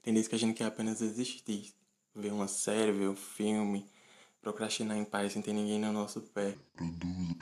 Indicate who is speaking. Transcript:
Speaker 1: Tem dias que a gente quer apenas existir, ver uma série, ver um filme, procrastinar em paz sem ter ninguém no nosso pé.
Speaker 2: Produza,